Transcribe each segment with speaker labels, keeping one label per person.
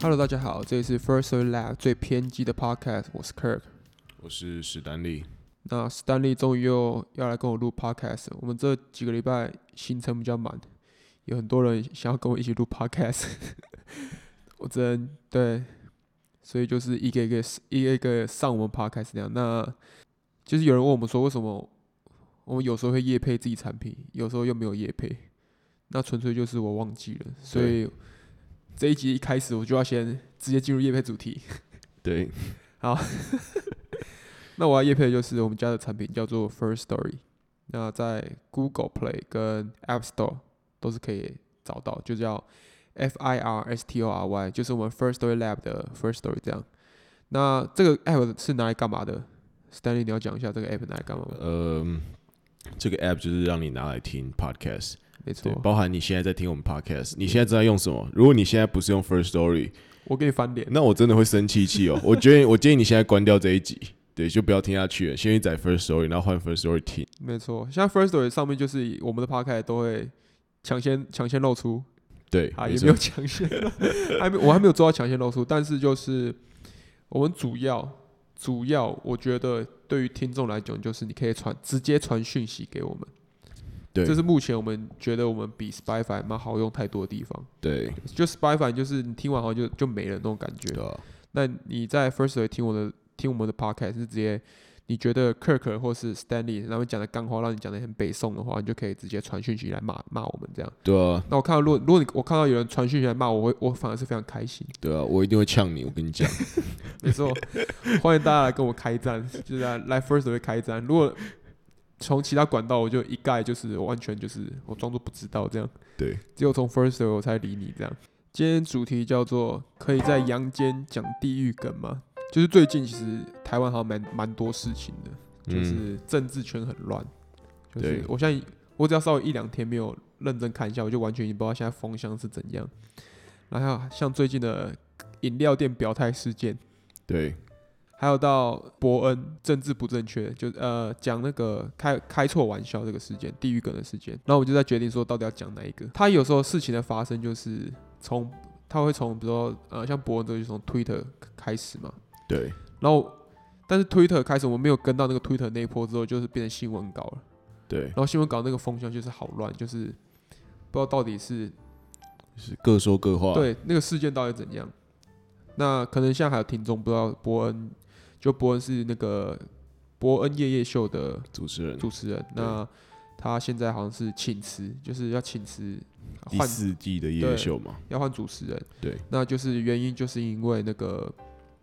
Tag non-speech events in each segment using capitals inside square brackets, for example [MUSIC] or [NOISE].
Speaker 1: Hello，大家好，这里是 First Story Lab 最偏激的 Podcast，我是 Kirk。
Speaker 2: 我是史丹利。
Speaker 1: 那 Stanley 终于又要来跟我录 Podcast，了我们这几个礼拜行程比较满，有很多人想要跟我一起录 Podcast，我只能对，所以就是一个一个一个一个上我们 Podcast 那样。那就是有人问我们说，为什么我们有时候会夜配自己产品，有时候又没有夜配？那纯粹就是我忘记了，所以这一集一开始我就要先直接进入夜配主题。
Speaker 2: 对，
Speaker 1: 那我要业配的就是我们家的产品叫做 First Story，那在 Google Play 跟 App Store 都是可以找到，就叫 F I R S T O R Y，就是我们 First Story Lab 的 First Story 这样。那这个 App 是拿来干嘛的？Stanley，你要讲一下这个 App 拿来干嘛吗？
Speaker 2: 呃，这个 app 就是让你拿来听 podcast，
Speaker 1: 没
Speaker 2: 对，
Speaker 1: 错，
Speaker 2: 包含你现在在听我们 podcast，你现在正在用什么？如果你现在不是用 First Story，
Speaker 1: 我给你翻脸。
Speaker 2: 那我真的会生气
Speaker 1: [LAUGHS]
Speaker 2: 气哦。我觉得，我建议你现在关掉这一集，对，就不要听下去了，先去载 First Story，然后换 First Story 听。
Speaker 1: 没错，现在 First Story 上面就是我们的 Podcast 都会抢先抢先露出，
Speaker 2: 对，
Speaker 1: 啊，
Speaker 2: 没
Speaker 1: 也没
Speaker 2: 错
Speaker 1: 有，抢先，还没我还没有做到抢先露出，但是就是我们主要主要，我觉得对于听众来讲，就是你可以传直接传讯息给我们，这
Speaker 2: 对，
Speaker 1: 是目前我们觉得我们比 Spotify 蛮好用太多的地方。
Speaker 2: 对，
Speaker 1: 就 Spotify 就是你听完好像就就没了那种感觉
Speaker 2: 对，啊，
Speaker 1: 那你在 First Story 听我的听我们的 Podcast 是直接。你觉得 Kirk 或是 Stanley 他们讲的干话，让你讲的很北宋的话，你就可以直接传讯息来骂骂我们这样。
Speaker 2: 对啊，
Speaker 1: 那我看到，如果如果你我看到有人传讯息来骂我，我会我反而是非常开心。
Speaker 2: 对啊，我一定会呛你，我跟你讲。
Speaker 1: 没错，欢迎大家来跟我开战，就是来来 First 会开战。如果从其他管道，我就一概就是完全就是我装作不知道这样。
Speaker 2: 对，
Speaker 1: 只有从 First 我才理你这样。今天主题叫做“可以在阳间讲地狱梗吗？”就是最近其实台湾好像蛮蛮多事情的， [LAUGHS] 就
Speaker 2: 嗯，
Speaker 1: 是政治圈很乱。就是
Speaker 2: 对
Speaker 1: 我相信，我只要稍微一两天没有认真看一下，我就完全已经不知道现在风向是怎样。然后还有像最近的饮料店表态事件，
Speaker 2: 对，
Speaker 1: 还有到伯恩政治不正确，就呃讲那个开开错玩笑这个事件，地狱梗的事件。然后我就在决定说到底要讲哪一个。他有时候事情的发生就是从他会从比如说呃像伯恩这个就从 Twitter 开始嘛，
Speaker 2: 对，
Speaker 1: 然后但是 Twitter 开始我们没有跟到那个 Twitter 那一波之后，就是变成新闻稿了。
Speaker 2: 对，
Speaker 1: 然后新闻稿那个风向就是好乱，就是不知道到底是
Speaker 2: 是各说各话。，
Speaker 1: 对那个事件到底怎样。那可能现在还有听众不知道伯恩，就伯恩是那个伯恩夜夜秀的
Speaker 2: 主持人
Speaker 1: 主持人，那他现在好像是请辞，就是要请辞
Speaker 2: 第
Speaker 1: 换
Speaker 2: 四季的夜
Speaker 1: 对
Speaker 2: 秀嘛，
Speaker 1: 要换主持人，
Speaker 2: 对，
Speaker 1: 那就是原因就是因为那个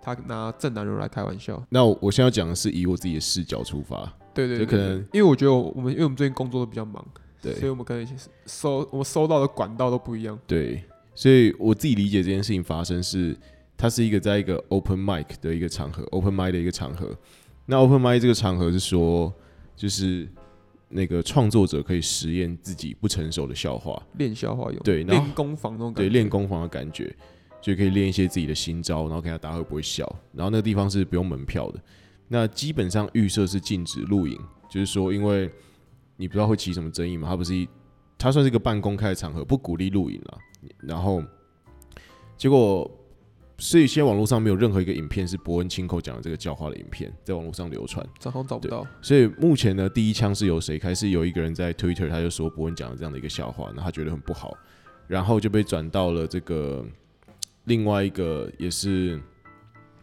Speaker 1: 他拿正男人来开玩笑，
Speaker 2: 那我我现在要讲的是以我自己的视角出发，
Speaker 1: 对对对，
Speaker 2: 就可
Speaker 1: 对
Speaker 2: 能
Speaker 1: 因为我觉得我我们因为我们最近工作都比较忙，
Speaker 2: 对
Speaker 1: 所以我们可能收我们收到的管道都不一样。
Speaker 2: 对，所以我自己理解这件事情发生是，它是一个在一个 open mic 的一个场合，open mic 的一个场合。那 open mic 这个场合是说，就是那个创作者可以实验自己不成熟的笑话，
Speaker 1: 练笑话用，
Speaker 2: 对然后
Speaker 1: 练功房那种感
Speaker 2: 对，
Speaker 1: 觉，
Speaker 2: 练攻防的感觉，就可以练一些自己的新招，然后看下大家会不会笑。然后那个地方是不用门票的，那基本上预设是禁止露营，就是说因为你不知道会起什么争议嘛，它不是一，它算是一个半公开的场合，不鼓励露营啦。然后结果。所以现在网络上没有任何一个影片是伯恩亲口讲的这个教化的影片，在网络上流传。
Speaker 1: 找好像找不到。
Speaker 2: 所以目前呢，第一枪是由谁开？是有一个人在 Twitter，他就说伯恩讲了这样的一个笑话，那他觉得很不好，然后就被转到了这个另外一个也是，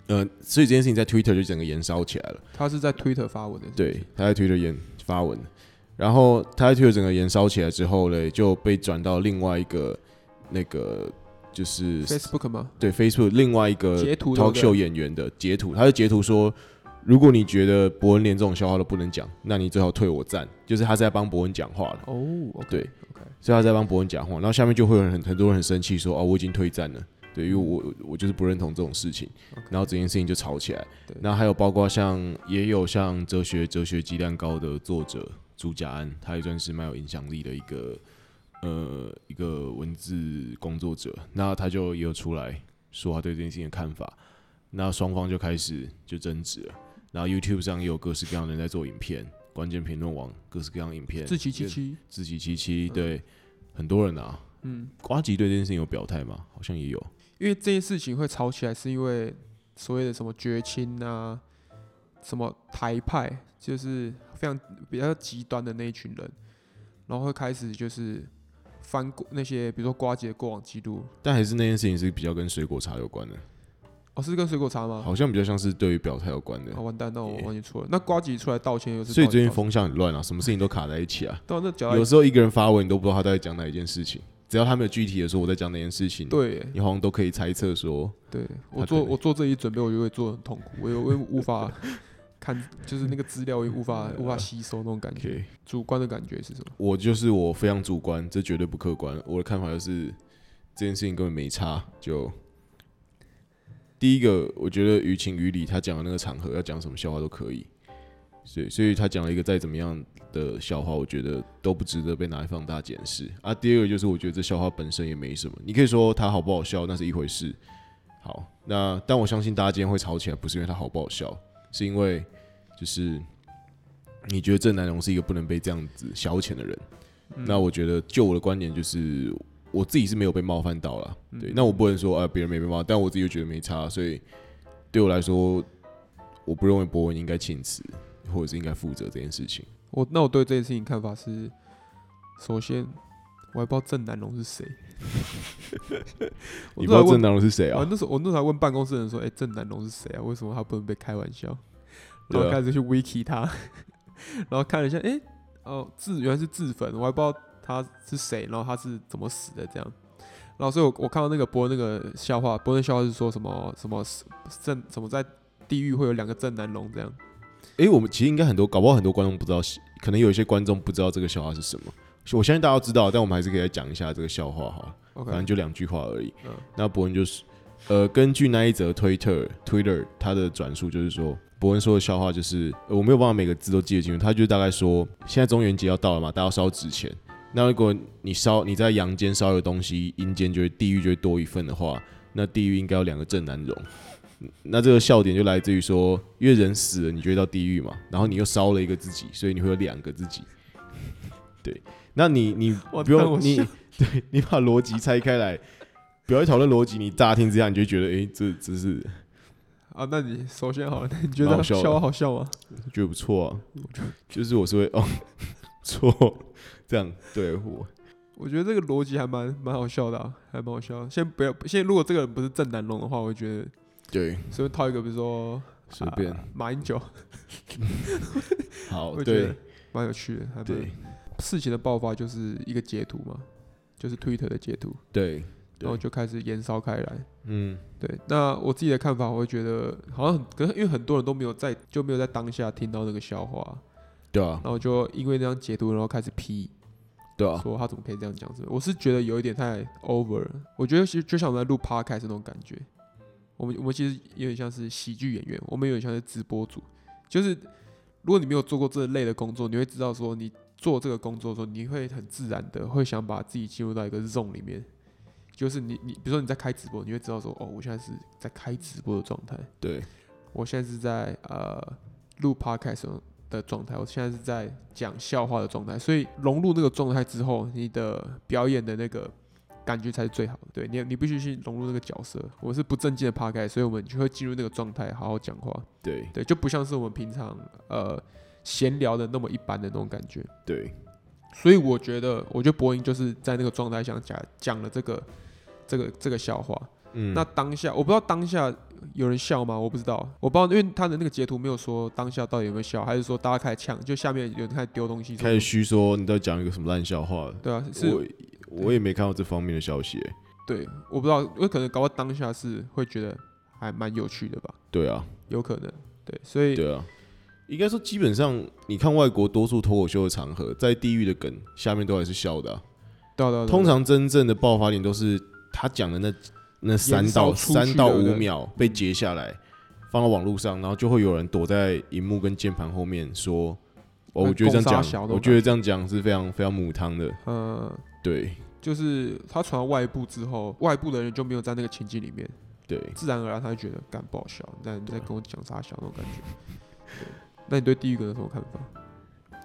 Speaker 2: 呃，所以这件事情在 Twitter 就整个燃烧起来了。
Speaker 1: 他是在 Twitter 发文的，是不是
Speaker 2: 对，，他在 Twitter 演发文，然后他在 Twitter 整个燃烧起来之后呢，就被转到另外一个那个就是。
Speaker 1: Facebook 吗？
Speaker 2: 对 Facebook 另外一个
Speaker 1: 截图对不
Speaker 2: talk
Speaker 1: 对
Speaker 2: show 演员的截图，他就截图说，如果你觉得伯恩连这种笑话都不能讲，那你最好退我赞，就是他是在帮伯恩讲话的，
Speaker 1: 哦，OK，
Speaker 2: 对
Speaker 1: ，OK，
Speaker 2: 所以他在帮伯恩讲话，然后下面就会有很很多人很生气说，哦，我已经退赞了。对，因为我我我就是不认同这种事情
Speaker 1: OK
Speaker 2: 然后这件事情就吵起来
Speaker 1: 对。
Speaker 2: 然后还有包括像也有像哲学哲学鸡蛋糕的作者朱家安，他也算是蛮有影响力的一个呃一个文字工作者。那他就也有出来说他对这件事情的看法，那双方就开始就争执了。然后 YouTube 上也有各式各样的人在做影片，关键评论网各式各样的影片，
Speaker 1: 自欺欺欺，
Speaker 2: 自己七七对、很多人啊，
Speaker 1: 嗯，
Speaker 2: 瓜吉对这件事情有表态吗？好像也有，
Speaker 1: 因为这件事情会吵起来，是因为所谓的什么绝亲啊，什么台派，就是非常比较极端的那一群人，然后会开始就是翻过那些，比如说瓜姐的过往记录，
Speaker 2: 但还是那件事情是比较跟水果茶有关的，
Speaker 1: 哦，是跟水果茶吗？
Speaker 2: 好像比较像是对于表态有关的
Speaker 1: 哦，。完蛋，那我完全错了。那瓜姐出来道歉又是道歉，
Speaker 2: 所以最近风向很乱啊，什么事情都卡在一起啊。
Speaker 1: [LAUGHS] 对啊，那脚
Speaker 2: 有
Speaker 1: 有
Speaker 2: 时候一个人发文，你都不知道他在讲哪一件事情，只要他没有具体的说我在讲哪件事情，
Speaker 1: 对耶
Speaker 2: 你好像都可以猜测说，
Speaker 1: 对，
Speaker 2: 他
Speaker 1: 我做
Speaker 2: 可能
Speaker 1: 我做这一准备，我就会做得很痛苦，我有我也无法看，就是那个资料，我也无法无法吸收那种感觉。
Speaker 2: OK，
Speaker 1: 主观的感觉是什么？
Speaker 2: 我就是我非常主观，这绝对不客观。我的看法就是这件事情根本没差。就第一个，我觉得于情于理，他讲的那个场合要讲什么笑话都可以，所以所以他讲了一个再怎么样的笑话，我觉得都不值得被拿来放大检视啊。第二个就是我觉得这笑话本身也没什么，你可以说它好不好笑，那是一回事。好，那但我相信大家今天会吵起来，不是因为它好不好笑，是因为就是你觉得郑南榕是一个不能被这样子消遣的人。
Speaker 1: 嗯
Speaker 2: 那我觉得，就我的观点就是，我自己是没有被冒犯到啦。
Speaker 1: 嗯
Speaker 2: 对，那我不能说啊，别人没被冒犯，但我自己就觉得没差，所以对我来说，我不认为博文应该请辞，或者是应该负责这件事情。
Speaker 1: 我那我对这件事情看法是，首先我还不知道郑南龙是谁，我那
Speaker 2: 你不知
Speaker 1: 时候
Speaker 2: 道
Speaker 1: 还
Speaker 2: 郑
Speaker 1: 问，
Speaker 2: 南榕是谁
Speaker 1: 我
Speaker 2: 啊？
Speaker 1: 哦那时候我那时候还问办公室的人说，哎、郑南龙是谁啊？为什么他不能被开玩
Speaker 2: [LAUGHS]
Speaker 1: 笑？然
Speaker 2: 对
Speaker 1: 后
Speaker 2: 啊
Speaker 1: 开始去 wiki 他， [LAUGHS] 然后看了一下，哎、哦，自原来是自焚，我还不知道他是谁，然后他是怎么死的这样。然后所以我我看到那个播那个笑话，播那笑话是说什么什么正什么在地狱会有两个正南龙这样。
Speaker 2: 诶，我们其实应该很多，搞不好很多观众不知道，可能有一些观众不知道这个笑话是什么。我相信大家都知道，但我们还是可以再讲一下这个笑话好了。
Speaker 1: OK，
Speaker 2: 反正就两句话而已。
Speaker 1: 嗯
Speaker 2: 那伯恩就是，呃，根据那一则推特 Twitter 他的转述，就是说，伯恩说的笑话就是，呃我没有办法每个字都记得清楚，他就大概说，现在中元节要到了嘛，大家要烧纸钱。那如果你烧你在阳间烧的东西，阴间就会地狱就会多一份的话，那地狱应该有两个正南容。那这个笑点就来自于说，因为人死了，你就会到地狱嘛，然后你又烧了一个自己，所以你会有两个自己。对，那你你
Speaker 1: 我
Speaker 2: 不用你
Speaker 1: 笑，
Speaker 2: 对你把逻辑拆开来，不要去讨论逻辑，你乍听之下你就觉得，诶，这这是
Speaker 1: 啊，那你首先好了，你觉
Speaker 2: 蛮
Speaker 1: 得
Speaker 2: 好笑的
Speaker 1: 笑话好笑吗？
Speaker 2: 觉得不错啊，就是我是会哦， [LAUGHS] 错这样对我
Speaker 1: 我觉得这个逻辑还蛮蛮好笑的、啊，还蛮好笑的。先不要，先如果这个人不是正南龙的话，我觉得
Speaker 2: 对
Speaker 1: 随便套一个，比如说
Speaker 2: 随便、
Speaker 1: 啊马英九，
Speaker 2: 好
Speaker 1: 我觉
Speaker 2: 对
Speaker 1: 得啊蛮有趣的，还蛮
Speaker 2: 对
Speaker 1: 事情的爆发就是一个截图嘛，就是 Twitter 的截图，
Speaker 2: 对，
Speaker 1: 然后就开始延烧开来。
Speaker 2: 嗯，
Speaker 1: 对，那我自己的看法，我会觉得好像很，可是因为很多人都没有在，就没有在当下听到那个笑话，
Speaker 2: 对啊
Speaker 1: 然后就因为那张截图，然后开始批，
Speaker 2: 对啊，
Speaker 1: 说他怎么可以这样讲？是不是我是觉得有一点太 over 了，我觉得其实就像我们在录 podcast 那种感觉，我们我们其实有点像是喜剧演员，我们有点像是直播主，就是如果你没有做过这类的工作，你会知道说你做这个工作的时候，你会很自然的会想把自己进入到一个 zone 里面，就是你你比如说你在开直播，你会知道说哦，我现在是在开直播的状态，
Speaker 2: 对
Speaker 1: 我现在是在呃录 podcast 的状态，我现在是在讲笑话的状态，所以融入那个状态之后，你的表演的那个感觉才是最好的。对你，你必须去融入那个角色。我是不正经的 podcast，所以我们就会进入那个状态，好好讲话。
Speaker 2: 对
Speaker 1: 对，就不像是我们平常呃闲聊的那么一般的那种感觉。
Speaker 2: 对
Speaker 1: 所以我觉得，我觉得播音就是在那个状态下讲讲了这个这个这个笑话，
Speaker 2: 嗯，
Speaker 1: 那当下我不知道当下有人笑吗？我不知道，我不知道，因为他的那个截图没有说当下到底有没有笑，还是说大家开始呛，就下面有人开始丢东西，
Speaker 2: 开始虚说你在讲一个什么烂笑话，
Speaker 1: 对啊，是
Speaker 2: 我我也没看到这方面的消息、欸
Speaker 1: 对，啊我不知道，因为可能搞到当下是会觉得还蛮有趣的吧，
Speaker 2: 对啊，
Speaker 1: 有可能，对，所以
Speaker 2: 对啊，应该说基本上，你看外国多数脱口秀的场合，在地狱的梗下面都还是笑的啊、
Speaker 1: 对啊对啊对啊
Speaker 2: 通常真正的爆发点都是他讲的那那三到
Speaker 1: 延烧出去
Speaker 2: 三到
Speaker 1: 对不
Speaker 2: 五
Speaker 1: 对
Speaker 2: 秒被截下来，放到网络上，然后就会有人躲在荧幕跟键盘后面说：“哦，
Speaker 1: 嗯
Speaker 2: 我觉得这样
Speaker 1: 攻杀小
Speaker 2: 讲，
Speaker 1: 那种
Speaker 2: 我觉得这样讲是非常非常母汤的。
Speaker 1: 呃，”
Speaker 2: 对
Speaker 1: 就是他传到外部之后，外部的人就没有在那个情境里面，
Speaker 2: 对，
Speaker 1: 自然而然他就觉得干不好笑，那你在跟我讲啥笑那种感觉，对那你对地狱梗有什么看法？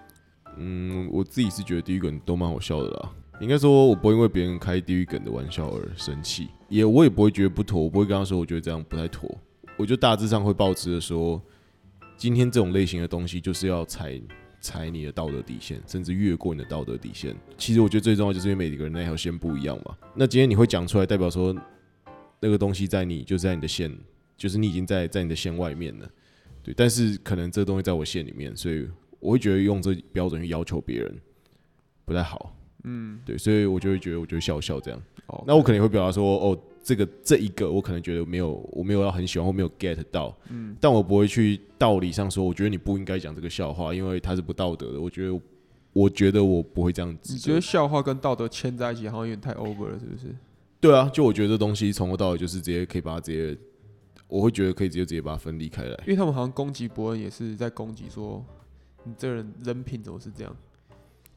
Speaker 2: 嗯，我自己是觉得地狱梗都蛮好笑的啦。应该说，我不会因为别人开地狱梗的玩笑而生气，也我也不会觉得不妥，我不会跟他说我觉得这样不太妥，我就大致上会保持着说，今天这种类型的东西就是要踩踩你的道德底线，甚至越过你的道德底线。其实我觉得最重要就是因为每个人那条线不一样嘛。那今天你会讲出来，代表说那个东西在你就在你的线，就是你已经在在你的线外面了，对。但是可能这东西在我线里面，所以我会觉得用这标准去要求别人不太好，嗯，对。所以我就会觉得我就笑笑这样。
Speaker 1: 哦，
Speaker 2: 那我可能也会表达说，哦，这个这一个我可能觉得没有，我没有要很喜欢或没有 get 到，嗯，但我不会去道理上说，我觉得你不应该讲这个笑话，因为它是不道德的。我觉得，我觉得我不会这样
Speaker 1: 你
Speaker 2: 子。
Speaker 1: 觉得笑话跟道德牵在一起，好像有点太 over 了，是不是？
Speaker 2: 对啊，就我觉得这东西从头到尾就是直接可以把它直接，我会觉得可以直接直接把它分离开来。
Speaker 1: 因为他们好像攻击伯恩也是在攻击说，你这人人品怎么是这样？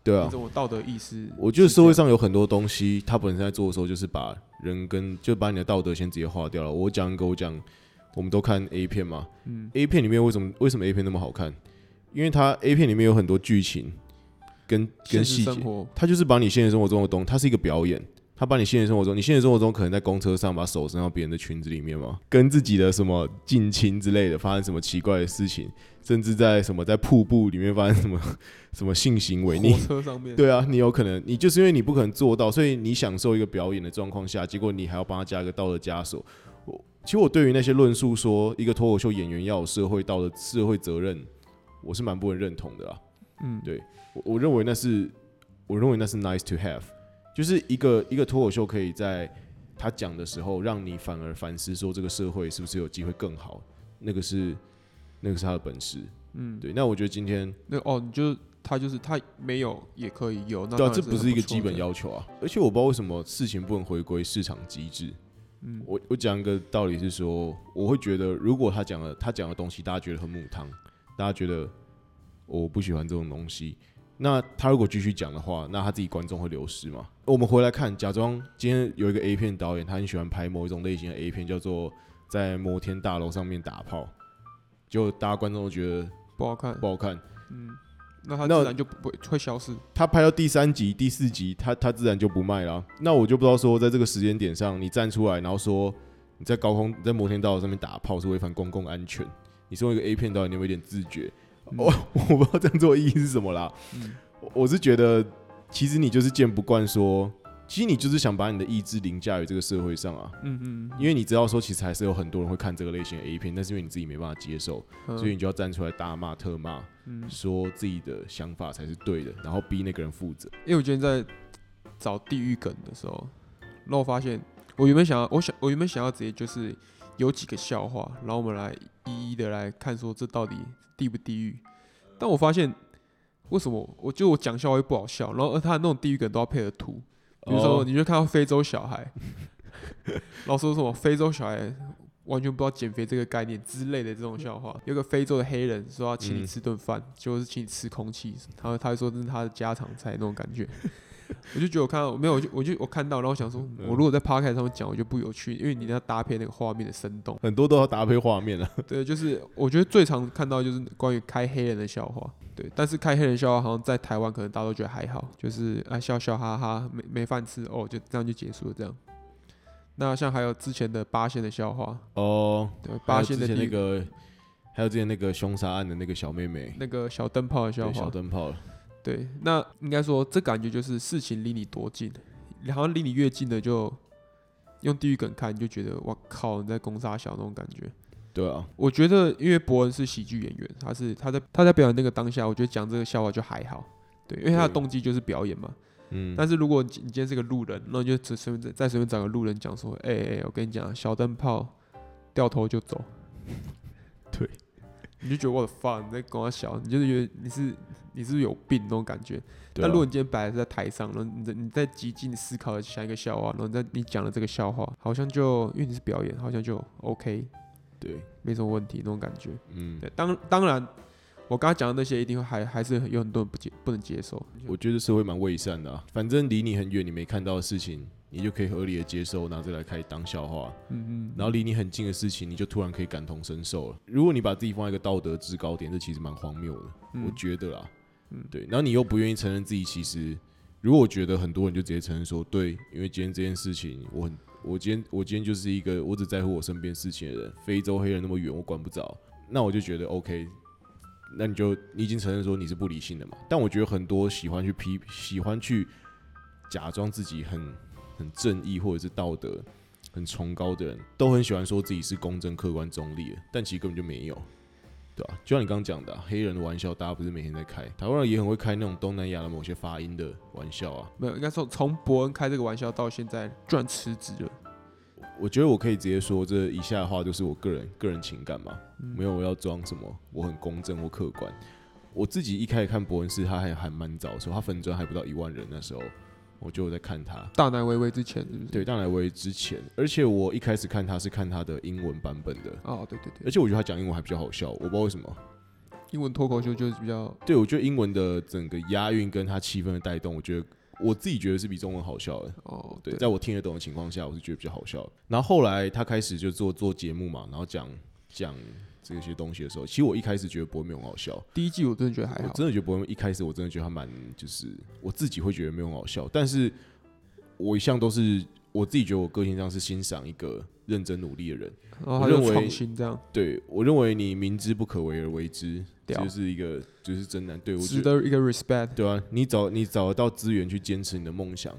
Speaker 2: 对
Speaker 1: 你
Speaker 2: 啊，
Speaker 1: 怎么道德意识？
Speaker 2: 我觉得社会，上有很多东西，它本身在做的时候就是把人跟就把你的道德先直接划掉了。我讲一个，我讲，我们都看 A 片嘛，
Speaker 1: 嗯，
Speaker 2: A 片里面为什么为什么 A 片那么好看？因为它 A 片里面有很多剧情跟跟
Speaker 1: 现实
Speaker 2: 细节
Speaker 1: 生，活，
Speaker 2: 它就是把你现实生活中的东，它是一个表演，它把你现实生活中，你现实生活中可能在公车上把手伸到别人的裙子里面嘛，跟自己的什么近亲之类的发生什么奇怪的事情，甚至在什么在瀑布里面发生什么 [LAUGHS] 什么性行为，你
Speaker 1: 火车上面，
Speaker 2: 对啊，你有可能，你就是因为你不可能做到，所以你享受一个表演的状况下，结果你还要帮他加一个道德枷锁。我其实我对于那些论述说一个脱口秀演员要有社会道德、社会责任，我是蛮不能认同的啦。
Speaker 1: 嗯，
Speaker 2: 对我我认为那是，我认为那是 nice to have，就是一个一个脱口秀可以在他讲的时候，让你反而反思说这个社会是不是有机会更好，那个是那个是他的本事。
Speaker 1: 嗯，
Speaker 2: 对，那我觉得今天
Speaker 1: 那哦，你就他就是他没有也可以有，那
Speaker 2: 对
Speaker 1: 当
Speaker 2: 啊，
Speaker 1: 然
Speaker 2: 这
Speaker 1: 是
Speaker 2: 不
Speaker 1: 很
Speaker 2: 是一个
Speaker 1: 错
Speaker 2: 基本
Speaker 1: 的，
Speaker 2: 要求啊。而且我不知道为什么事情不能回归市场机制。
Speaker 1: 嗯，
Speaker 2: 我我讲一个道理是说，我会觉得如果他讲的他讲的东西，大家觉得很母汤，大家觉得哦我不喜欢这种东西，那他如果继续讲的话，那他自己观众会流失嘛？我们回来看，假装今天有一个 A 片导演，他很喜欢拍某一种类型的 A 片，叫做在摩天大楼上面打炮，就大家观众都觉得
Speaker 1: 不好看
Speaker 2: 不，好看。
Speaker 1: 嗯，那他
Speaker 2: 那
Speaker 1: 自然就不会会消失，
Speaker 2: 他拍到第三集、第四集，他他自然就不卖了。那我就不知道说，在这个时间点上，你站出来，然后说你在高空、在摩天大楼上面打炮是违反公共安全，你身为一个 A 片导演，你有没有一点自觉？哦
Speaker 1: 嗯
Speaker 2: [LAUGHS] 我、我不知道这样做的意义是什么啦。
Speaker 1: 嗯
Speaker 2: 我我是觉得，其实你就是见不惯说，其实你就是想把你的意志凌驾于这个社会上啊。
Speaker 1: 嗯嗯
Speaker 2: 因为你知道说，其实还是有很多人会看这个类型的 A 片，但是因为你自己没办法接受，
Speaker 1: 嗯，
Speaker 2: 所以你就要站出来大骂特骂，
Speaker 1: 嗯，
Speaker 2: 说自己的想法才是对的，然后逼那个人负责。
Speaker 1: 因为我今天在找地狱梗的时候，然后我发现我原本想要，我想我原本想要直接就是有几个笑话，然后我们来一一的来看说这到底地不地狱。但我发现为什么我就我讲笑话又不好笑，然后而他的那种地狱梗都要配合图，比如说
Speaker 2: 哦
Speaker 1: 你就看到非洲小孩， [LAUGHS] 然后说什么非洲小孩。完全不知道减肥这个概念之类的这种笑话，有个非洲的黑人说要请你
Speaker 2: 嗯。
Speaker 1: 吃顿饭，结果是请你吃空气，他他会说这是他的家常菜那种感觉。 [LAUGHS] 我就觉得我看到没有，我就我就我看到，然后我想说，我如果在 p o d c a s t 上面讲，我就不有趣，因为你要搭配那个画面的生动
Speaker 2: 很多都要搭配画面啊
Speaker 1: [LAUGHS]
Speaker 2: 了。
Speaker 1: 对，就是我觉得最常看到就是关于开黑人的笑话，对，但是开黑人笑话好像在台湾可能大家都觉得还好，就是啊笑笑哈哈，没没饭吃哦，就这样就结束了这样。那像还有之前的八仙的笑话，
Speaker 2: 哦，
Speaker 1: 对，
Speaker 2: 还
Speaker 1: 八
Speaker 2: 有
Speaker 1: 仙
Speaker 2: 之
Speaker 1: 的
Speaker 2: 前
Speaker 1: 地
Speaker 2: 那
Speaker 1: 狱
Speaker 2: 个，还有之前那个凶杀案的那个小妹妹，
Speaker 1: 那个小灯泡的笑
Speaker 2: 对，
Speaker 1: 话
Speaker 2: 小，灯泡了。
Speaker 1: 对，那应该说这感觉就是事情离你多近，好像离你越近的就用地狱梗看，你就觉得哇靠，你在攻杀小那种感觉。
Speaker 2: 对啊，
Speaker 1: 我觉得因为伯恩是喜剧演员，他是他在他在表演那个当下，我觉得讲这个笑话就还好。对，因为他的
Speaker 2: 对
Speaker 1: 动机就是表演嘛。
Speaker 2: 嗯，
Speaker 1: 但是如果你今你今天是个路人，那你就只随便再随便找个路人讲说，哎、哎、我跟你讲，小灯泡掉头就走。
Speaker 2: [LAUGHS] 对，
Speaker 1: 你就觉得我的 fuck，你在跟我小，你就是觉得你是你是不是有病那种感觉。
Speaker 2: 对
Speaker 1: 那
Speaker 2: 啊
Speaker 1: 如果你今天摆在台上，然后你在你在极尽思考的想一个笑话，然后你在你讲了这个笑话，好像就因为你是表演，好像就 OK，
Speaker 2: 对，
Speaker 1: 没什么问题那种感觉。
Speaker 2: 嗯，
Speaker 1: 对，当当然，我刚刚讲的那些一定会还还是有很多人不接不能接受。
Speaker 2: 我觉得社会蛮伪善的啊。反正离你很远，你没看到的事情，你就可以合理的接受，拿着来开当笑话。
Speaker 1: 嗯
Speaker 2: 然后离你很近的事情，你就突然可以感同身受了。如果你把自己放在一个道德制高点，这其实蛮荒谬的。
Speaker 1: 嗯
Speaker 2: 我觉得啦，
Speaker 1: 嗯
Speaker 2: 对，然后你又不愿意承认自己其实，如果我觉得很多人就直接承认说，对，因为今天这件事情，我很我今天我今天就是一个我只在乎我身边事情的人，非洲黑人那么远我管不着，那我就觉得 OK，那你就你已经承认说你是不理性的嘛。但我觉得很多喜欢去批喜欢去假装自己很很正义或者是道德很崇高的人，都很喜欢说自己是公正、客观、中立的，但其实根本就没有。对吧、就像你刚刚讲的啊、黑人的玩笑，大家不是每天在开，台湾人也很会开那种东南亚的某些发音的玩笑啊。
Speaker 1: 没有，应该说从伯恩开这个玩笑到现在，居然辞职了。
Speaker 2: 我觉得我可以直接说，这以下的话就是我个人个人情感嘛，没有要装什么，我很公正或客观。我自己一开始看伯恩斯，他还还蛮早的时候，他粉砖还不到一万人那时候，我就有在看他。
Speaker 1: 大难为为之前，是不是？
Speaker 2: 对，当然为之前，而且我一开始看他是看他的英文版本的，
Speaker 1: 哦，对对
Speaker 2: 而
Speaker 1: 对，
Speaker 2: 且我觉得他讲英文还比较好笑，我不知道为什么。
Speaker 1: 英文脱口秀就是比较
Speaker 2: 对，我觉得英文的整个押韵跟他气氛的带动，我觉得我自己觉得是比中文好笑的。
Speaker 1: 哦，
Speaker 2: 对，在我听得懂的情况下，我是觉得比较好笑的。然后后来他开始就做做节目嘛，然后讲讲这些东西的时候，其实我一开始觉得博没有很好笑，
Speaker 1: 第一季我真的觉得还
Speaker 2: 我
Speaker 1: 好，
Speaker 2: 真的觉得博一开始我真的觉得他蛮就是我自己会觉得没有很好笑，但是我一向都是我自己觉得我个性上是欣赏一个认真努力的人，
Speaker 1: 然后
Speaker 2: 我
Speaker 1: 哦他就
Speaker 2: 认为
Speaker 1: 创新这样，
Speaker 2: 对我认为你明知不可为而为之，这
Speaker 1: 屌
Speaker 2: 就是一个就是真男，对我觉
Speaker 1: 值
Speaker 2: 得。
Speaker 1: 得一个 respect。
Speaker 2: 对啊，你找你找得到资源去坚持你的梦想，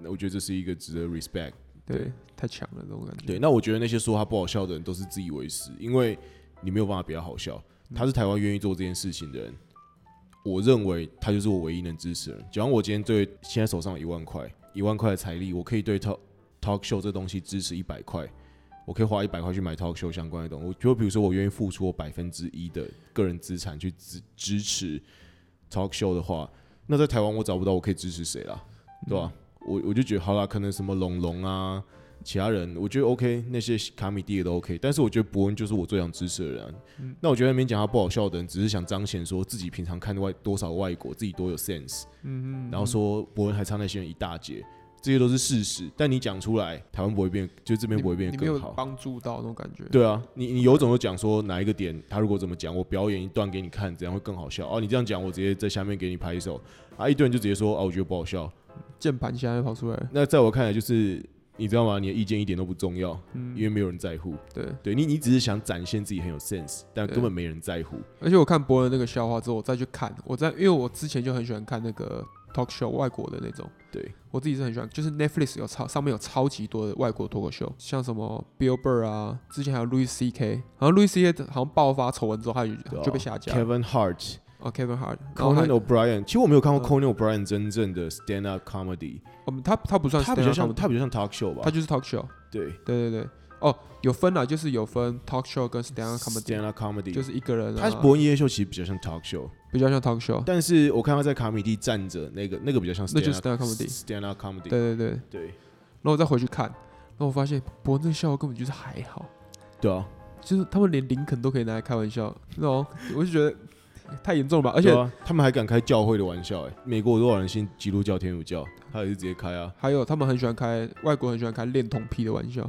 Speaker 2: 那我觉得这是一个值得 respect。
Speaker 1: 对，太强了这种感觉。
Speaker 2: 对，那我觉得那些说他不好笑的人都是自以为是，因为你没有办法比他好笑。他是台湾愿意做这件事情的人，我认为他就是我唯一能支持的人。假如我今天对现在手上有一万块，一万块的财力，我可以对 talk talk show 这东西支持一百块，我可以花一百块去买 talk show 相关的东西。我就比如说，我愿意付出我百分之一的个人资产去支支持 talk show 的话，那在台湾我找不到我可以支持谁啦，对吧、我我就觉得好啦，可能什么龙龙啊，其他人我觉得 OK，那些卡米蒂也都 OK，但是我觉得伯恩就是我最想支持的人啊、
Speaker 1: 嗯
Speaker 2: 那我觉得那边讲他不好笑的人，只是想彰显说自己平常看外多少外国，自己多有 sense，嗯嗯，然后说伯恩还差那些人一大截，这些都是事实。但你讲出来，台湾不会变，就这边
Speaker 1: 你
Speaker 2: 不会变
Speaker 1: 你
Speaker 2: 得
Speaker 1: 没
Speaker 2: 更
Speaker 1: 有
Speaker 2: 好。
Speaker 1: 帮助到那种感觉。
Speaker 2: 对啊，你你有种就讲说哪一个点，他如果怎么讲，我表演一段给你看，怎样会更好笑？哦，你这样讲，我直接在下面给你拍一手。啊，一堆人就直接说，哦，我觉得不好笑。
Speaker 1: 键盘现在跑出来了，
Speaker 2: 那在我看来，就是你知道吗？你的意见一点都不重要，
Speaker 1: 嗯
Speaker 2: 因为没有人在乎。
Speaker 1: 对。
Speaker 2: 对你，你只是想展现自己很有 sense，但
Speaker 1: 对
Speaker 2: 根本没人在乎。
Speaker 1: 而且我看伯恩那个笑话之后，我再去看，我在因为我之前就很喜欢看那个 talk show 外国的那种，
Speaker 2: 对，
Speaker 1: 我自己是很喜欢，就是 Netflix 有超上面有超级多的外国脱口秀，像什么 Bill Burr 啊，之前还有 Louis C K，好像 Louis C K 好像爆发丑闻之后，他
Speaker 2: 对
Speaker 1: 就
Speaker 2: 啊
Speaker 1: 就被下架了。
Speaker 2: Kevin Hart、
Speaker 1: 哦，Kevin Hart，然后嗯
Speaker 2: Conan
Speaker 1: 还
Speaker 2: O'Brien，其实我没有看过 Conan O'Brien 真正的 stand up comedy，
Speaker 1: 我哦们他他不算 stand-up
Speaker 2: 他
Speaker 1: 啊 comedy，
Speaker 2: 比较像他比较像 talk show
Speaker 1: 他
Speaker 2: 吧？
Speaker 1: 就是 talk show，
Speaker 2: 对
Speaker 1: 对对对，哦，有分啊，就是有分 talk show 跟 stand up comedy，
Speaker 2: ，stand up
Speaker 1: 就
Speaker 2: comedy。
Speaker 1: 是一个人、啊，
Speaker 2: 他是伯恩夜夜秀，其实比较像 talk show，
Speaker 1: 比较像 talk show，
Speaker 2: 但是我看他在卡米蒂站着，那个那个比较像 stand
Speaker 1: 那就是 stand-up
Speaker 2: up
Speaker 1: comedy
Speaker 2: stand up comedy。
Speaker 1: 对对对，
Speaker 2: 对
Speaker 1: 然后我再回去看，然后我发现伯恩这个笑话根本就是还好，
Speaker 2: 对啊，
Speaker 1: 就是他们连林肯都可以拿来开玩笑，那种我就觉得哎太严重了吧，而
Speaker 2: 而
Speaker 1: 且
Speaker 2: 啊他们还敢开教会的玩笑，哎，美国有多少人信基督教、天主教，他也是直接开啊。
Speaker 1: 还有他们很喜欢开外国很喜欢开恋童癖的玩 [LAUGHS] 笑，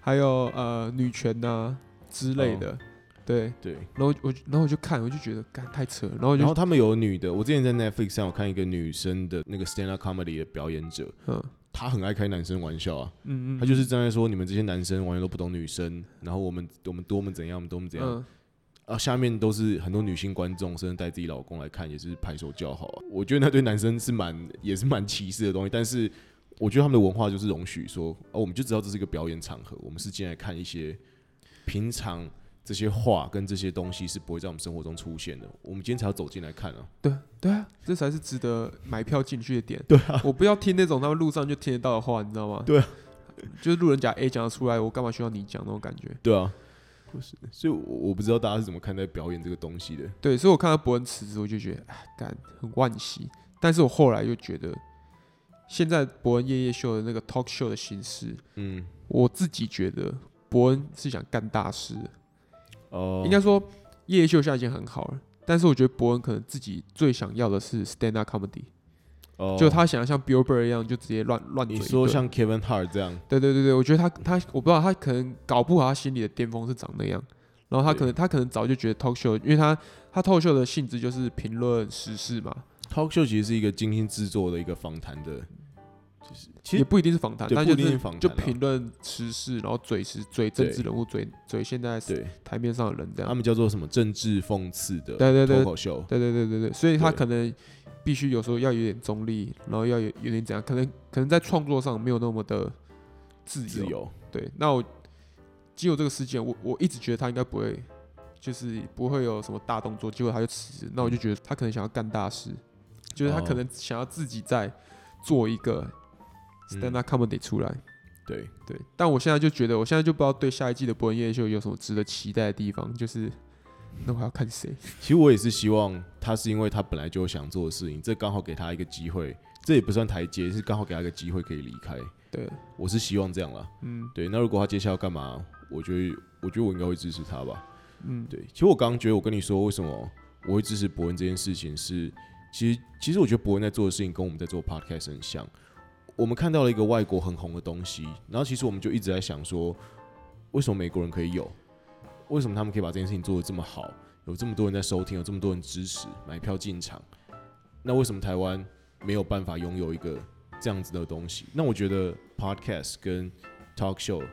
Speaker 1: 还有呃女权呐、之类的，对，
Speaker 2: 对，
Speaker 1: 然后我就然后我就看我就觉得干太扯了，然后我
Speaker 2: 然后
Speaker 1: 就
Speaker 2: 他们有女的，我之前在 Netflix 上有看一个女生的那个 stand up comedy 的表演者，
Speaker 1: 嗯
Speaker 2: 她很爱开男生玩笑啊，
Speaker 1: 嗯嗯，
Speaker 2: 她就是站在说你们这些男生完全都不懂女生，然后我们我们多么怎样，我们多么怎样，
Speaker 1: 嗯
Speaker 2: 啊，下面都是很多女性观众，甚至带自己老公来看，也是拍手叫好啊、我觉得那对男生是蛮也是蛮歧视的东西，但是我觉得他们的文化就是容许说，哦，我们就知道这是一个表演场合，我们是进来看一些平常这些话跟这些东西是不会在我们生活中出现的，我们今天才要走进来看啊。
Speaker 1: 对对啊，这才是值得买票进去的点。对啊，我不要听那种他们路上就听得到的话，你知道吗？
Speaker 2: 对
Speaker 1: 啊，就是路人甲 A 讲得出来，我干嘛需要你讲那种感觉？
Speaker 2: 对啊，不是，所以我我不知道大家是怎么看待表演这个东西的。
Speaker 1: 对，所以我看到伯恩辞职，我就觉得哎，干很惋惜。但是我后来又觉得，现在伯恩夜夜秀的那个 talk show 的形式，
Speaker 2: 嗯，
Speaker 1: 我自己觉得伯恩是想干大事的。
Speaker 2: 哦、
Speaker 1: 应该说夜夜秀现在已经很好了，但是我觉得伯恩可能自己最想要的是 stand up comedy，、
Speaker 2: 哦
Speaker 1: 就他想要像 Bill Burr 一样，就直接乱乱
Speaker 2: 你
Speaker 1: 嘴一
Speaker 2: 说
Speaker 1: 顿
Speaker 2: 像 Kevin Hart 这样，
Speaker 1: 对对对对，我觉得他他我不知道他可能搞不好他心里的巅峰是长那样，然后他可能他可能早就觉得 talk show，因为他他 talk show 的性质就是评论时事嘛，
Speaker 2: talk show 其实是一个精心制作的一个访谈的就是
Speaker 1: 也
Speaker 2: 其实
Speaker 1: 不一定是访谈，
Speaker 2: 对
Speaker 1: 但
Speaker 2: 不
Speaker 1: 就
Speaker 2: 一定
Speaker 1: 是
Speaker 2: 是访
Speaker 1: 就
Speaker 2: 谈啊啦
Speaker 1: 评论时事，然后嘴时嘴政治人物，嘴嘴现在
Speaker 2: 对
Speaker 1: 台面上的人这
Speaker 2: 他
Speaker 1: 样。
Speaker 2: 们叫做什么政治讽刺的
Speaker 1: 啊对对对
Speaker 2: 脱口秀，
Speaker 1: 对对对对对，所以他
Speaker 2: 对
Speaker 1: 可能必须有时候要有点中立，然后要有有点怎样，可能可能在创作上没有那么的自由。
Speaker 2: 自由
Speaker 1: 对，那我经过这个事件，我我一直觉得他应该不会，就是不会有什么大动作，结果他就辞职。那我就觉得他可能想要干大事，就是他
Speaker 2: 嗯哦
Speaker 1: 可能想要自己再做一个
Speaker 2: 嗯
Speaker 1: stand up comedy 出来。
Speaker 2: 对，
Speaker 1: 对，但我现在就觉得，我现在就不知道对下一季的伯恩夜秀有什么值得期待的地方，就是那我还要看谁？
Speaker 2: 其实我也是希望他是因为他本来就有想做的事情，这刚好给他一个机会，这也不算台阶，是刚好给他一个机会可以离开。
Speaker 1: 对，
Speaker 2: 我是希望这样啦。
Speaker 1: 嗯
Speaker 2: 对，那如果他接下来要干嘛，我觉得我觉得我应该会支持他吧。
Speaker 1: 嗯，
Speaker 2: 对，其实我刚刚觉得我跟你说为什么我会支持伯恩这件事情是，其实其实我觉得伯恩在做的事情跟我们在做 podcast 很像。我们看到了一个外国很红的东西，然后其实我们就一直在想说，为什么美国人可以有？为什么他们可以把这件事情做得这么好？有这么多人在收听，有这么多人支持，买票进场，那为什么台湾没有办法拥有一个这样子的东西？那我觉得 podcast 跟 talk show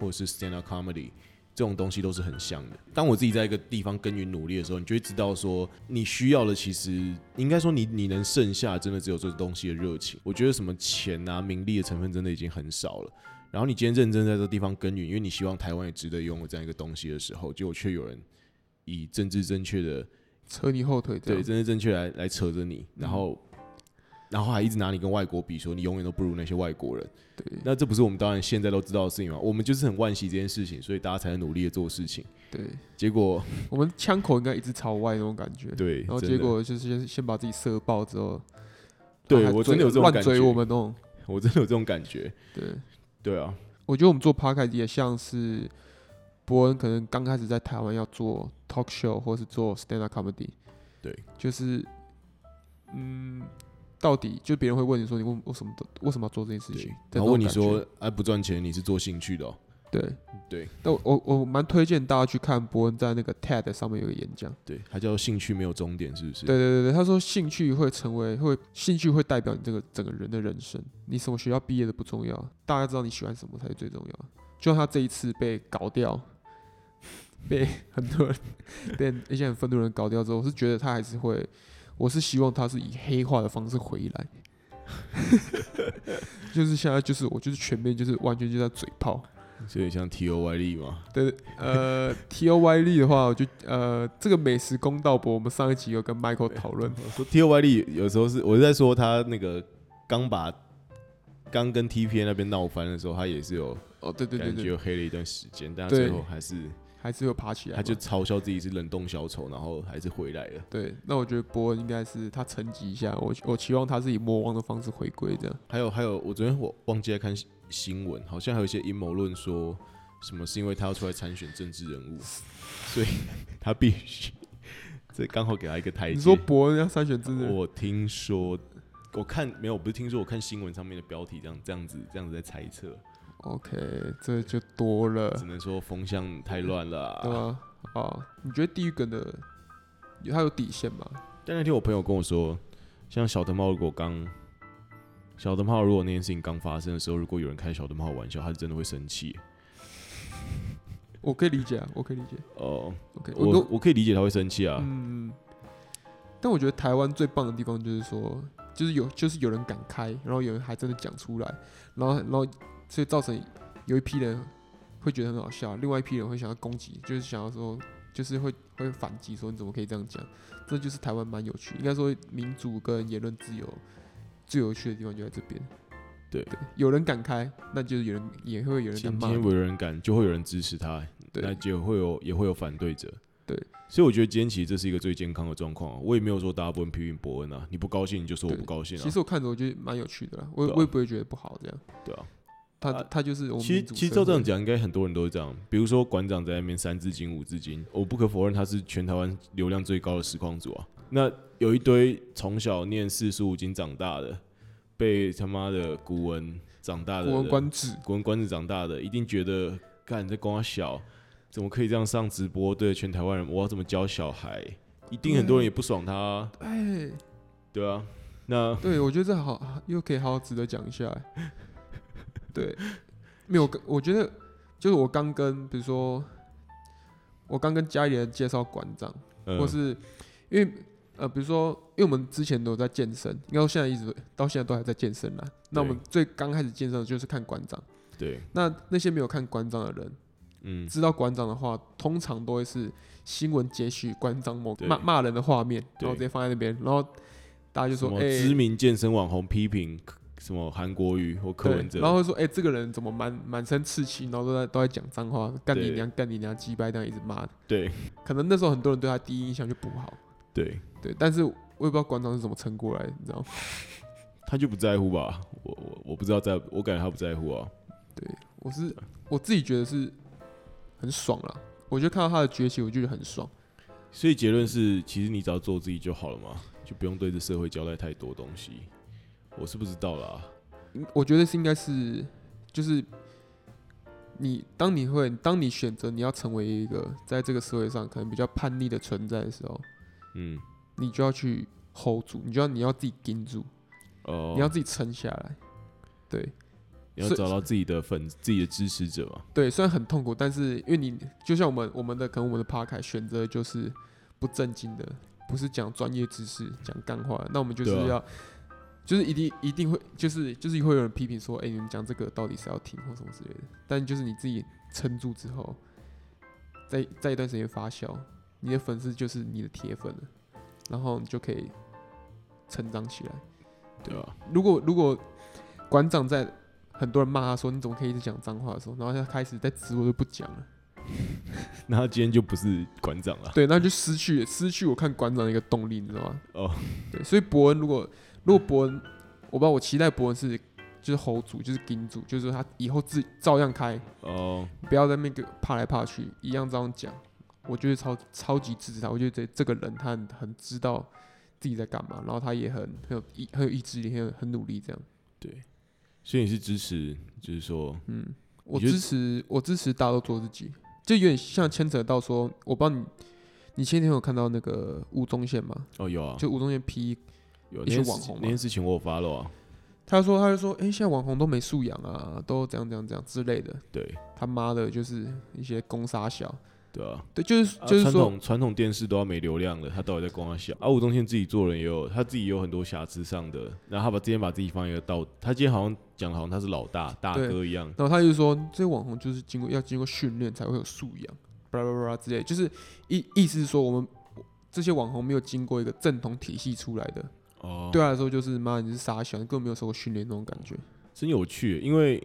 Speaker 2: 或者是 stand up comedy 这种东西都是很像的。当我自己在一个地方耕耘努力的时候，你就会知道说，你需要的其实应该说你你能剩下的真的只有这东西的热情。我觉得什么钱啊、名利的成分真的已经很少了。然后你今天认真在这地方耕耘，因为你希望台湾也值得拥有这样一个东西的时候，结果却有人以政治正确的
Speaker 1: 扯你后腿这
Speaker 2: 对
Speaker 1: 样。
Speaker 2: 政治正确来来扯着你，然后、然后还一直拿你跟外国比，说你永远都不如那些外国人。
Speaker 1: 对
Speaker 2: 那这不是我们当然现在都知道的事情吗？我们就是很惋惜这件事情，所以大家才能努力的做事情。
Speaker 1: 对，[LAUGHS]
Speaker 2: 结果
Speaker 1: 我们枪口应该一直朝外那种感觉。
Speaker 2: 对，
Speaker 1: 然后
Speaker 2: 真
Speaker 1: 结
Speaker 2: 的
Speaker 1: 果就是先先把自己射爆之后，
Speaker 2: 对
Speaker 1: 然后还
Speaker 2: 我真的有这
Speaker 1: 追
Speaker 2: 种
Speaker 1: 乱
Speaker 2: 感
Speaker 1: 追
Speaker 2: 觉
Speaker 1: 我们那种。
Speaker 2: 我真的有这种感觉。
Speaker 1: 对，
Speaker 2: 对啊，
Speaker 1: 我觉得我们做 p o d c a s 也像是伯恩可能刚开始在台湾要做 talk show 或是做 stand up comedy，
Speaker 2: 对，
Speaker 1: 就是嗯，到底就别人会问你说你为为什么为什么要做这件事
Speaker 2: 对
Speaker 1: 情，，
Speaker 2: 然后问你
Speaker 1: 的那种
Speaker 2: 说，哎，不赚钱，你是做兴趣的、哦？
Speaker 1: 感觉对
Speaker 2: 对，
Speaker 1: 那我我我蛮推荐大家去看伯恩在那个 TED 上面有个演讲，
Speaker 2: 对，他叫兴趣没有终点，是不是？
Speaker 1: 对对对对，他说兴趣会成为会兴趣会代表你这个整个人的人生。你什么学校毕业的不重要，大家知道你喜欢什么才是最重要。就像他这一次被搞掉，被很多人被一些很愤怒的人搞掉之后，我是觉得他还是会，我是希望他是以黑化的方式回来。就是现在，就是我就是全面就是完全就在嘴炮。
Speaker 2: 所以像 T O Y D 嘛，
Speaker 1: 对，呃，T O Y D 的话，我就呃这个美食公道博，我们上一集有跟 Michael 讨论。
Speaker 2: 我说 T O Y D 有时候是我是在说他那个刚把刚跟 T P A 那边闹翻的时候，他也是有
Speaker 1: 哦，对对对
Speaker 2: 感
Speaker 1: 对
Speaker 2: 觉，有黑了一段时间，但他
Speaker 1: 对
Speaker 2: 最后还是
Speaker 1: 还是有爬起来嘛。
Speaker 2: 他就嘲笑自己是冷冻小丑，然后还是回来了。
Speaker 1: 对，那我觉得伯恩应该是他沉寂一下，我我期望他是以魔王的方式回归这样。
Speaker 2: 还有还有，我昨天我忘记在看新新闻，好像还有一些阴谋论说什么是因为他要出来参选政治人物， [LAUGHS] 所以他必须这刚好给他一个台阶。
Speaker 1: 你说伯恩要三选之人，
Speaker 2: 哎我听说，我看没有，我不是听说，我看新闻上面的标题这样这样子这样子在猜测，
Speaker 1: OK，这就多了，
Speaker 2: 只能说风向太乱了啊、
Speaker 1: 嗯对吗？啊，你觉得地狱梗的有他有底线吗？
Speaker 2: 但那天我朋友跟我说，像小灯泡如果刚小灯泡如果那件事情刚发生的时候，如果有人开小灯泡玩笑，他是真的会生气。
Speaker 1: 我可以理解啊，我可以理解。
Speaker 2: 哦、
Speaker 1: OK，我
Speaker 2: 我
Speaker 1: 都
Speaker 2: 我可以理解他会生气啊。
Speaker 1: 嗯，但我觉得台湾最棒的地方就是说，就是有就是有人敢开，然后有人还真的讲出来，然后然后所以造成有一批人会觉得很好笑，另外一批人会想要攻击，就是想要说，就是会会反击说你怎么可以这样讲？这就是台湾蛮有趣，应该说民主跟言论自由最有趣的地方就在这边。
Speaker 2: 对
Speaker 1: 有人敢开，那就是有人也会有人敢
Speaker 2: 今
Speaker 1: 骂
Speaker 2: 天
Speaker 1: 你。
Speaker 2: 有人敢，就会有人支持他，那
Speaker 1: 对
Speaker 2: 就会有也会有反对者。
Speaker 1: 对，
Speaker 2: 所以我觉得今天其实这是一个最健康的状况、啊。我也没有说大家不能批评伯恩啊，你不高兴你就说我
Speaker 1: 对
Speaker 2: 不高兴啊
Speaker 1: 其，实我看着我觉得蛮有趣的啦，我也
Speaker 2: 对啊
Speaker 1: 我也不会觉得不好这样。
Speaker 2: 对啊。
Speaker 1: 他
Speaker 2: 啊
Speaker 1: 他就是我们
Speaker 2: 其实
Speaker 1: 民主
Speaker 2: 其实
Speaker 1: 社
Speaker 2: 照这
Speaker 1: 会
Speaker 2: 样讲，应该很多人都是这样。比如说馆长在那边三字经五字经，我不可否认他是全台湾流量最高的实况组啊。那有一堆从小念四书五经长大的，被他妈的古文长大的
Speaker 1: 国文
Speaker 2: 人
Speaker 1: 观止，
Speaker 2: 古文观止长大的，一定觉得，干你在光小，怎么可以这样上直播？对全台湾人，我要怎么教小孩？一定很多人也不爽他啊、
Speaker 1: 哎，
Speaker 2: 对啊，那
Speaker 1: 对，我觉得这好又可以好好值得讲一
Speaker 2: [LAUGHS]
Speaker 1: 下欸。对，没有，我我觉得就是我刚跟，比如说我刚跟家里人介绍馆长，
Speaker 2: 呃
Speaker 1: 或是因为呃，比如说因为我们之前都有在健身，应该说现在一直到现在都还在健身啦。那我们最刚开始健身的就是看馆长，
Speaker 2: 对，
Speaker 1: 那那些没有看馆长的人，
Speaker 2: 嗯，
Speaker 1: 知道馆长的话，通常都会是新闻截取馆长某
Speaker 2: 对
Speaker 1: 骂骂人的画面，然后
Speaker 2: 对
Speaker 1: 直接放在那边，然后大家就
Speaker 2: 什
Speaker 1: 说
Speaker 2: 么
Speaker 1: 哎。
Speaker 2: 知名健身网红批评什么韩国瑜或柯
Speaker 1: 对，
Speaker 2: 文哲，
Speaker 1: 然后会说，哎、这个人怎么满满身刺青，然后都在都在讲脏话，干你
Speaker 2: 对
Speaker 1: 娘，干你娘，鸡掰，这样一直骂。
Speaker 2: 对
Speaker 1: 可能那时候很多人对他第一印象就不好，
Speaker 2: 对，
Speaker 1: 对，但是我也不知道馆长是怎么撑过来的，你知道吗？
Speaker 2: 他就不在乎吧？我我我不知道在，我感觉他不在乎啊。
Speaker 1: 我是我自己觉得是很爽啦，我就看到他的崛起，我就觉得很爽。
Speaker 2: 所以结论是，其实你只要做自己就好了嘛，就不用对这社会交代太多东西。我是不知道啦，
Speaker 1: 嗯我觉得是应该是就是你当你会当你选择你要成为一个在这个社会上可能比较叛逆的存在的时候，
Speaker 2: 嗯，
Speaker 1: 你就要去 hold 住，你就要你要自己盯住，
Speaker 2: 哦、
Speaker 1: 你要自己撑下来。对
Speaker 2: 你要
Speaker 1: 所以
Speaker 2: 找到自己的粉、自己的支持者嘛。
Speaker 1: 对，虽然很痛苦，但是因为你就像我们我们的可能我们的 p a r k 选择就是不正经的，不是讲专业知识、讲干话的，那我们就是
Speaker 2: 对啊
Speaker 1: 要。就是一定一定会，就是就是会有人批评说，哎、你们讲这个到底是要听或什么之类的。但就是你自己撑住之后，在在一段时间发酵，你的粉丝就是你的铁粉了，然后你就可以成长起来。
Speaker 2: 对吧？ [LAUGHS]
Speaker 1: 如果如果馆长在很多人骂他说你怎么可以一直讲脏话的时候，然后他开始在直播就不讲了，
Speaker 2: 那他今天就不是馆长了。
Speaker 1: 对，那就失去失去我看馆长的一个动力，你知道吗？
Speaker 2: 哦，
Speaker 1: 对，所以伯恩如果如果伯恩，我不知道我期待伯恩是就是侯主就是金主，就是说他以后自照样开，
Speaker 2: 哦，
Speaker 1: 不要在那边给我怕来怕去，一样这样讲，我觉得超超级支持他，我觉得这这个人他很很知道自己在干嘛，然后他也很很有意很有意志力，很有很努力这样。
Speaker 2: 对，所以你是支持，就是说，
Speaker 1: 嗯，我
Speaker 2: 你就
Speaker 1: 支持，我支持大家都做自己，就有点像牵扯到说，我不知道你，你前几天有看到那个吴宗宪吗？
Speaker 2: 哦，有啊，
Speaker 1: 就吴宗宪 P，
Speaker 2: 有
Speaker 1: 一些
Speaker 2: 那件事
Speaker 1: 网红嘛
Speaker 2: 那件事情我有 follow 啊，
Speaker 1: 他说他就说，哎、现在网红都没素养啊，都怎样怎样怎样之类的，
Speaker 2: 对
Speaker 1: 他妈的，就是一些攻杀小，
Speaker 2: 对啊，
Speaker 1: 对，就是、
Speaker 2: 啊
Speaker 1: 就是
Speaker 2: 传
Speaker 1: 说，
Speaker 2: 统传统电视都要没流量了，他到底在光他笑？啊，吴宗宪自己做人也有，他自己也有很多瑕疵上的，然后他把今天把自己放一个道，他今天好像讲得好像他是老大大
Speaker 1: 对
Speaker 2: 哥一样，
Speaker 1: 然后他就说，这些网红就是经过要经过训练才会有素养，巴拉巴拉巴拉之类的，就是意意思是说我们。这些网红没有经过一个正统体系出来的，
Speaker 2: 哦，
Speaker 1: 对他来说就是妈，你是傻小，你根本没有受过训练那种感觉。
Speaker 2: 真有趣，因为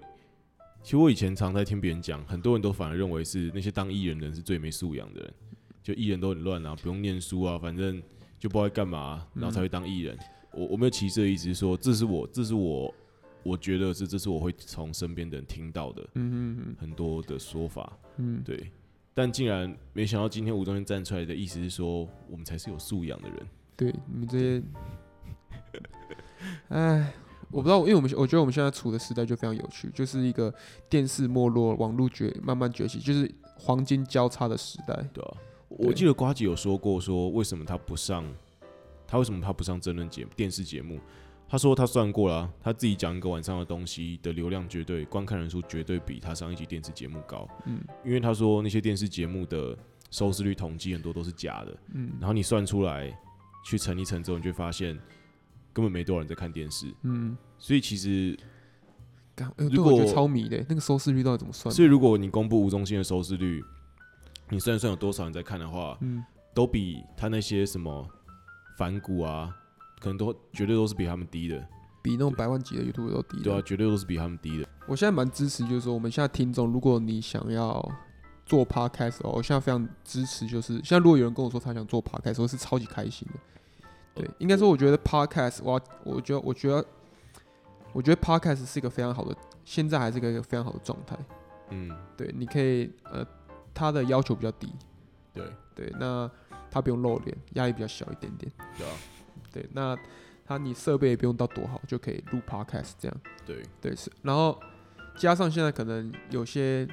Speaker 2: 其实我以前常在听别人讲，很多人都反而认为是那些当艺人的人是最没素养的人，就艺人都很乱啊，不用念书啊，反正就不知道在干嘛、然后才会当艺人。我我没有歧视的意思，是说这是我，这是我，我觉得是这是我会从身边的人听到的
Speaker 1: 嗯嗯
Speaker 2: 很多的说法，
Speaker 1: 嗯嗯，
Speaker 2: 对。但竟然没想到今天吴宗宪站出来的意思是说，我们才是有素养的人。
Speaker 1: 对，你们这
Speaker 2: [LAUGHS]
Speaker 1: 些，哎，我不知道，因为我们我觉得我们现在处的时代就非常有趣，就是一个电视没落、网络崛慢慢崛起，就是黄金交叉的时代。
Speaker 2: 对啊，我
Speaker 1: 对
Speaker 2: 记得瓜吉有说过，说为什么他不上，他为什么他不上真人节电视节目？他说他算过了啊、他自己讲一个晚上的东西的流量绝对观看人数绝对比他上一集电视节目高，
Speaker 1: 嗯
Speaker 2: 因为他说那些电视节目的收视率统计很多都是假的，
Speaker 1: 嗯
Speaker 2: 然后你算出来去乘一乘之后，你就会发现根本没多少人在看电视，
Speaker 1: 嗯，
Speaker 2: 所以其实
Speaker 1: 干，哎呦对
Speaker 2: 如
Speaker 1: 我觉得
Speaker 2: 果
Speaker 1: 超迷的，那个收视率到底怎么算？
Speaker 2: 所以如果你公布吴宗宪的收视率，你算一算有多少人在看的话，
Speaker 1: 嗯，
Speaker 2: 都比他那些什么反骨啊，可能都绝对都是比他们低的，
Speaker 1: 比那种百万级的 YouTube 都低。
Speaker 2: 对啊，，绝对都是比他们低的。
Speaker 1: 我现在蛮支持，就是说我们现在听众，如果你想要。做 podcast 哦，我现在非常支持，就是现在如果有人跟我说他想做 podcast，我是超级开心的。对，
Speaker 2: 嗯
Speaker 1: 应该说，我觉得 podcast，我要我觉得，我觉得，我觉得 podcast 是一个非常好的，现在还是一个非常好的状态。
Speaker 2: 嗯，
Speaker 1: 对，你可以，呃，它的要求比较低，
Speaker 2: 对，
Speaker 1: 对，那它不用露脸，压力比较小一点点，
Speaker 2: 对啊，
Speaker 1: 对，那它你设备也不用到多好，就可以录 podcast 这样，
Speaker 2: 对，
Speaker 1: 对，是，然后加上现在可能有些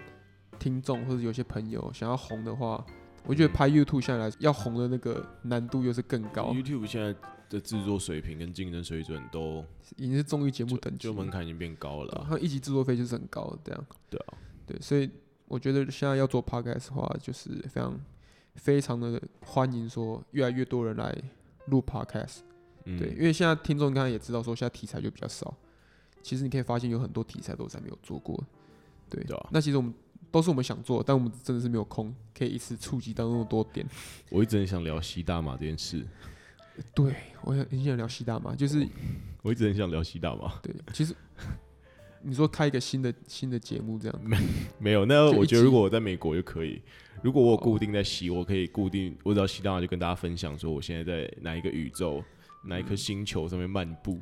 Speaker 1: 听众或者有些朋友想要红的话，我觉得
Speaker 2: 嗯
Speaker 1: 拍 YouTube 下来要红的那个难度又是更高，啊
Speaker 2: YouTube 现在的制作水平跟竞争水准都
Speaker 1: 已经是综艺节目等级
Speaker 2: 就
Speaker 1: 了，
Speaker 2: 门槛已经变高了啊、
Speaker 1: 它一集制作费就是很高的这样。
Speaker 2: 对啊，
Speaker 1: 对，所以我觉得现在要做 podcast 的话，就是非常非常的欢迎说越来越多人来录 podcast。
Speaker 2: 嗯，
Speaker 1: 对，因为现在听众刚才也知道说，现在题材就比较少。其实你可以发现有很多题材都是还没有做过。对，
Speaker 2: 对啊
Speaker 1: 那其实我们都是我们想做，但我们真的是没有空，可以一次触及到那么多点。 [LAUGHS]
Speaker 2: 我一直很想聊吸大麻这件事， [LAUGHS]
Speaker 1: 对我很很想聊西大嘛，就是
Speaker 2: 哦我一直很想聊吸大麻， [LAUGHS]
Speaker 1: 对，其实你说开一个新的新的节目这样，
Speaker 2: 没有。那
Speaker 1: 就
Speaker 2: 我
Speaker 1: 一
Speaker 2: 觉
Speaker 1: 集
Speaker 2: 得如果我在美国就可以，如果我有固
Speaker 1: 哦
Speaker 2: 定在吸，我可以固定，我只要吸大麻就跟大家分享说我现在在哪一个宇宙、哪
Speaker 1: 嗯
Speaker 2: 一颗星球上面漫步。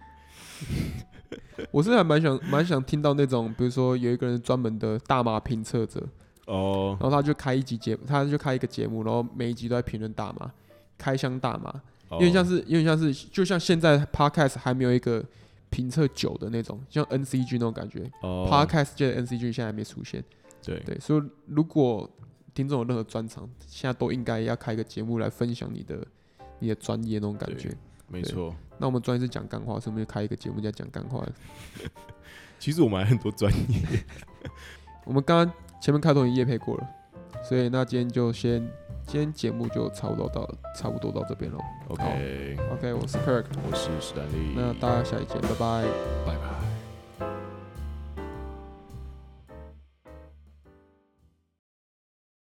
Speaker 1: 我是还蛮想 [LAUGHS] 蛮想听到那种，比如说有一个人专门的大麻评测者，
Speaker 2: 哦
Speaker 1: 然，后他就开一集节目，他就开一个节目，然后每一集都在评论大麻，开箱大麻，有点像
Speaker 2: 是
Speaker 1: 是，有点像是，就像现在 podcast 还没有一个评测酒的那种，像 NCG 那种感觉。
Speaker 2: 哦，
Speaker 1: podcast 界的 NCG 现在还没出现，
Speaker 2: 对，
Speaker 1: 对，所以如果听众有任何专长，现在都应该要开一个节目来分享你的你的专业那种感觉
Speaker 2: 对。没
Speaker 1: 对
Speaker 2: 错。
Speaker 1: 那我们专业是讲干话，所以我们就开一个节目叫讲干话。
Speaker 2: 其实我们还很多专业，
Speaker 1: [LAUGHS] 我们刚刚前面开头已经夜配过了，所以那今天就先，今天节目就差不多到差不多到这边喽。
Speaker 2: OK，
Speaker 1: OK，我是 Kirk，
Speaker 2: 我是史丹利，
Speaker 1: 那大家下一见，拜拜。
Speaker 2: 拜拜。